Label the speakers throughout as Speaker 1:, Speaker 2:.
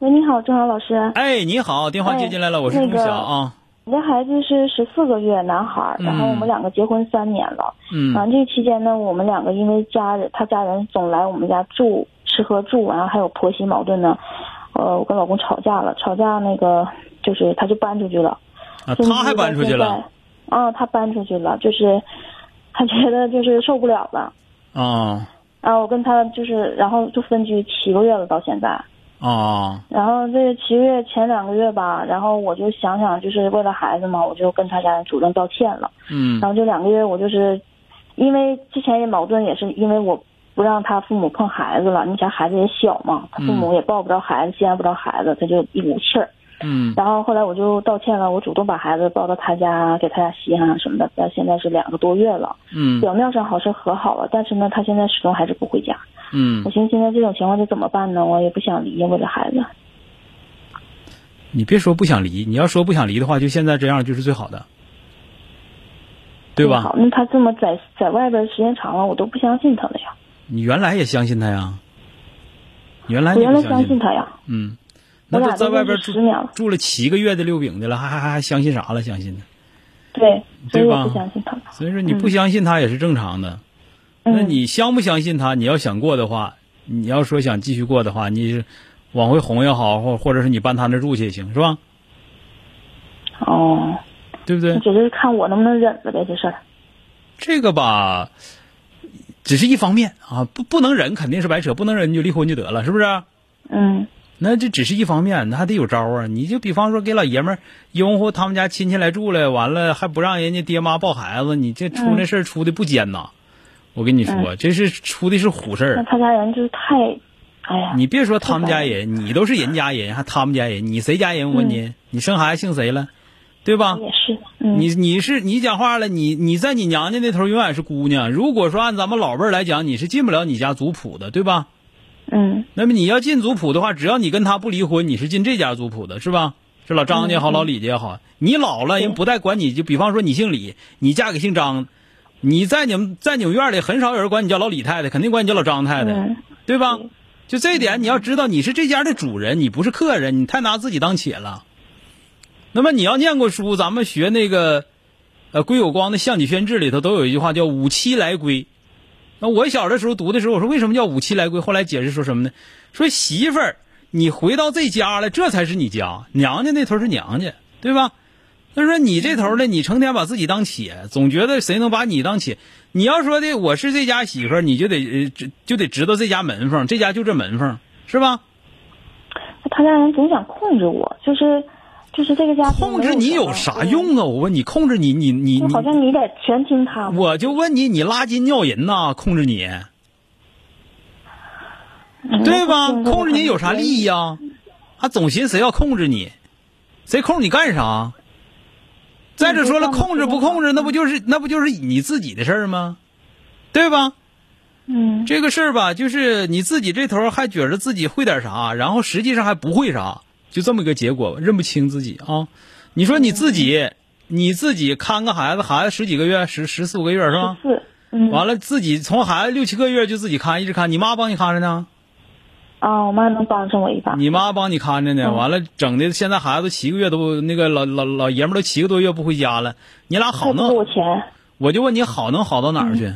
Speaker 1: 喂，你好，钟豪老师。
Speaker 2: 哎，你好，电话接进来了，我是
Speaker 1: 那
Speaker 2: 钟
Speaker 1: 个
Speaker 2: 晓啊。
Speaker 1: 我的孩子是十四个月男孩儿，然后我们两个结婚三年了。
Speaker 2: 嗯
Speaker 1: 完、这期间呢，我们两个因为家人，他家人总来我们家住，吃喝住，然后还有婆媳矛盾呢。呃，我跟老公吵架了，吵架那个就是他就搬出去了。
Speaker 2: 啊，他还搬出去了
Speaker 1: 现在。啊，他搬出去了，就是他觉得就是受不了了。
Speaker 2: 啊
Speaker 1: 啊，我跟他就是，然后就分居七个月了，到现在。
Speaker 2: 啊
Speaker 1: 然后这七个月前两个月吧，然后我就想想，就是为了孩子嘛，我就跟他家人主动道歉了。
Speaker 2: 嗯
Speaker 1: 然后这两个月我就是，因为之前也矛盾，也是因为我不让他父母碰孩子了。你想孩子也小嘛，
Speaker 2: 嗯
Speaker 1: 他父母也抱不着孩子，稀罕不着孩子，他就一股气儿。
Speaker 2: 嗯
Speaker 1: 然后后来我就道歉了，我主动把孩子抱到他家，给他家稀罕什么的。但现在是两个多月了，
Speaker 2: 嗯
Speaker 1: 表面上好像和好了，但是呢，他现在始终还是不回家。
Speaker 2: 嗯
Speaker 1: 我，寻思现在这种情况下怎么办呢？我也不想离，为了孩子。
Speaker 2: 你别说不想离，你要说不想离的话，就现在这样就是最好的，对吧？
Speaker 1: 嗯好，那他这么在在外边时间长了，我都不相信他了呀。
Speaker 2: 你原来也相信他呀，原来
Speaker 1: 我
Speaker 2: 你
Speaker 1: 原
Speaker 2: 不
Speaker 1: 来相信
Speaker 2: 他，
Speaker 1: 他呀，
Speaker 2: 嗯，那
Speaker 1: 我俩
Speaker 2: 就在
Speaker 1: 都
Speaker 2: 外
Speaker 1: 认识
Speaker 2: 边住
Speaker 1: 十年了。
Speaker 2: 住了七个月的六饼的了，还还还还相信啥了？相信他，
Speaker 1: 对，所以
Speaker 2: 对吧
Speaker 1: 我不相信他了。
Speaker 2: 所以说你不相信他也是正常的。那
Speaker 1: 嗯
Speaker 2: 你相不相信他？你要想过的话，你要说想继续过的话，你往回哄也好，或或者是你搬他那住去也行，是吧？
Speaker 1: 哦，
Speaker 2: 对不
Speaker 1: 我
Speaker 2: 对？
Speaker 1: 觉得看我能不能忍了呗，这事儿。
Speaker 2: 这个吧，只是一方面啊，不不能忍肯定是白扯，不能忍你就离婚就得了，是不是？
Speaker 1: 嗯
Speaker 2: 那这只是一方面，那还得有招啊！你就比方说给老爷们儿拥护他们家亲戚来住了，完了还不让人家爹妈抱孩子，你这出那事儿出的不尖呐！我跟你说，这是出的是虎事儿。
Speaker 1: 那他家人就是太，哎呀，
Speaker 2: 你别说他们家人，你都是人家人，还他们家人，你谁家人？我问你，你生孩子姓谁了，对吧？
Speaker 1: 也是，嗯，
Speaker 2: 你你是你讲话了，你你在你娘家那头永远是姑娘。如果说按咱们老辈儿来讲，你是进不了你家族谱的，对吧？
Speaker 1: 嗯
Speaker 2: 那么你要进族谱的话，只要你跟他不离婚，你是进这家族谱的，是吧？是老张家也
Speaker 1: 嗯
Speaker 2: 好，老李家也好，你老了人不带管你，就比方说你姓李，你嫁给姓张，你在你们在你们院里很少有人管你叫老李太太，肯定管你叫老张太太。
Speaker 1: 嗯，
Speaker 2: 对吧？就这一点，你要知道，你是这家的主人，你不是客人，你太拿自己当且了。那么你要念过书，咱们学那个，呃，归有光的《向己宣志》里头都有一句话叫“五七来归”。那我小的时候读的时候，我说为什么叫“五七来归”？后来解释说什么呢？说媳妇儿，你回到这家了，这才是你家，娘家那头是娘家，对吧？他说你这头呢，你成天把自己当且，总觉得谁能把你当且。你要说的我是这家媳妇儿，你就得呃知就得知道这家门缝，这家就这门缝，是吧？
Speaker 1: 他家人总想控制我，就是就是这个家庭
Speaker 2: 控制你有啥用啊？我问你，控制你你你
Speaker 1: 没有什么？就
Speaker 2: 你
Speaker 1: 好，像你得全听他。
Speaker 2: 我就问你，你拉筋尿人呐、控制你，
Speaker 1: 嗯
Speaker 2: 对吧？
Speaker 1: 我不信这个
Speaker 2: 控制你有啥利益呀、啊还总寻思谁要控制你，谁控制你干啥？再者说了，控制不控制，那不就是那不就是你自己的事儿吗？对吧？
Speaker 1: 嗯
Speaker 2: 这个事儿吧，就是你自己这头儿还觉着自己会点啥，然后实际上还不会啥，就这么个结果，认不清自己啊。你说你自己，你自己看个孩子，孩子十几个月，十十四五个月是吧？
Speaker 1: 是，嗯
Speaker 2: 完了，自己从孩子六七个月就自己看，一直看，你妈帮你看着呢，
Speaker 1: 啊，我妈能帮上我一把。
Speaker 2: 你妈帮你看着呢。
Speaker 1: 嗯
Speaker 2: 完了，整的现在孩子都七个月都那个老老老爷们儿都七个多月不回家了，你俩
Speaker 1: 他
Speaker 2: 好
Speaker 1: 不给我
Speaker 2: 能，
Speaker 1: 钱，
Speaker 2: 我就问你好能好到哪儿去？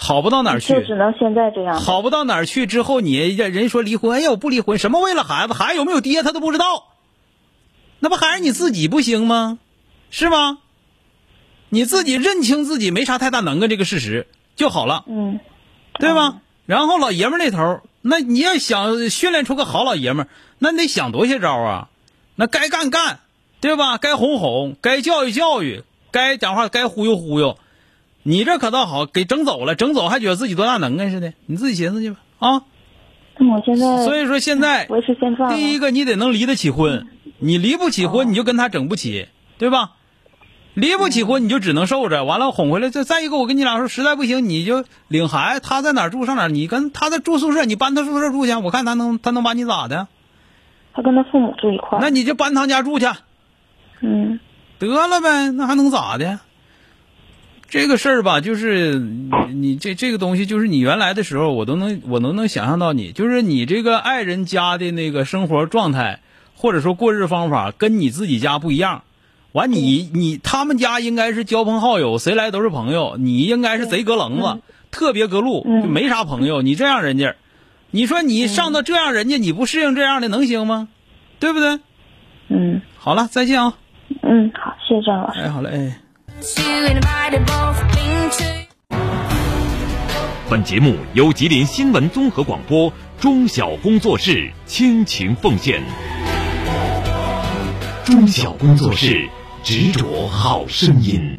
Speaker 2: 好不到哪儿去。
Speaker 1: 就只能现在这样。
Speaker 2: 好不到哪儿去。之后你人人说离婚，哎呀，我不离婚，什么为了孩子，孩子有没有爹他都不知道，那不还是你自己不行吗？是吗？你自己认清自己没啥太大能耐这个事实就好了，
Speaker 1: 嗯，
Speaker 2: 对吧？然后老爷们儿那头儿，那你要想训练出个好老爷们儿，那你得想多些招啊。那该干干，对吧？该哄哄，该教育教育，该讲话该忽悠忽悠。你这可倒好，给整走了，整走还觉得自己多大能耐似的，你自己寻思去吧啊！
Speaker 1: 嗯那我现在
Speaker 2: 所以说现在
Speaker 1: 维持现状了。
Speaker 2: 第一个你得能离得起婚，你离不起婚，你就跟他整不起，对吧？离不起婚，你就只能受着，完了哄回来。再再一个，我跟你俩说，实在不行你就领孩子，他在哪儿住上哪儿，你跟他在住宿舍，你搬他宿舍住去，我看他能他能把你咋的？
Speaker 1: 他跟他父母住一块
Speaker 2: 那
Speaker 1: 儿。
Speaker 2: 你就搬他家住去，
Speaker 1: 嗯
Speaker 2: 得了呗，那还能咋的？这个事儿吧，就是你你这这个东西，就是你原来的时候，我都能我都能想象到你，就是你这个爱人家的那个生活状态，或者说过日方法，跟你自己家不一样。完你你他们家应该是交朋好友，谁来都是朋友，你应该是贼隔棱子，特别隔路，
Speaker 1: 嗯
Speaker 2: 就没啥朋友。你这样人家，你说你上到这样人家，你不适应这样的能行吗？对不对？
Speaker 1: 嗯
Speaker 2: 好了，再见啊！
Speaker 1: 嗯，好，谢谢张老师。
Speaker 2: 哎，好嘞，哎。
Speaker 3: to invited both been to
Speaker 4: 本节目由吉林新闻综合广播中小工作室倾情奉献。中小工作室执着好声音。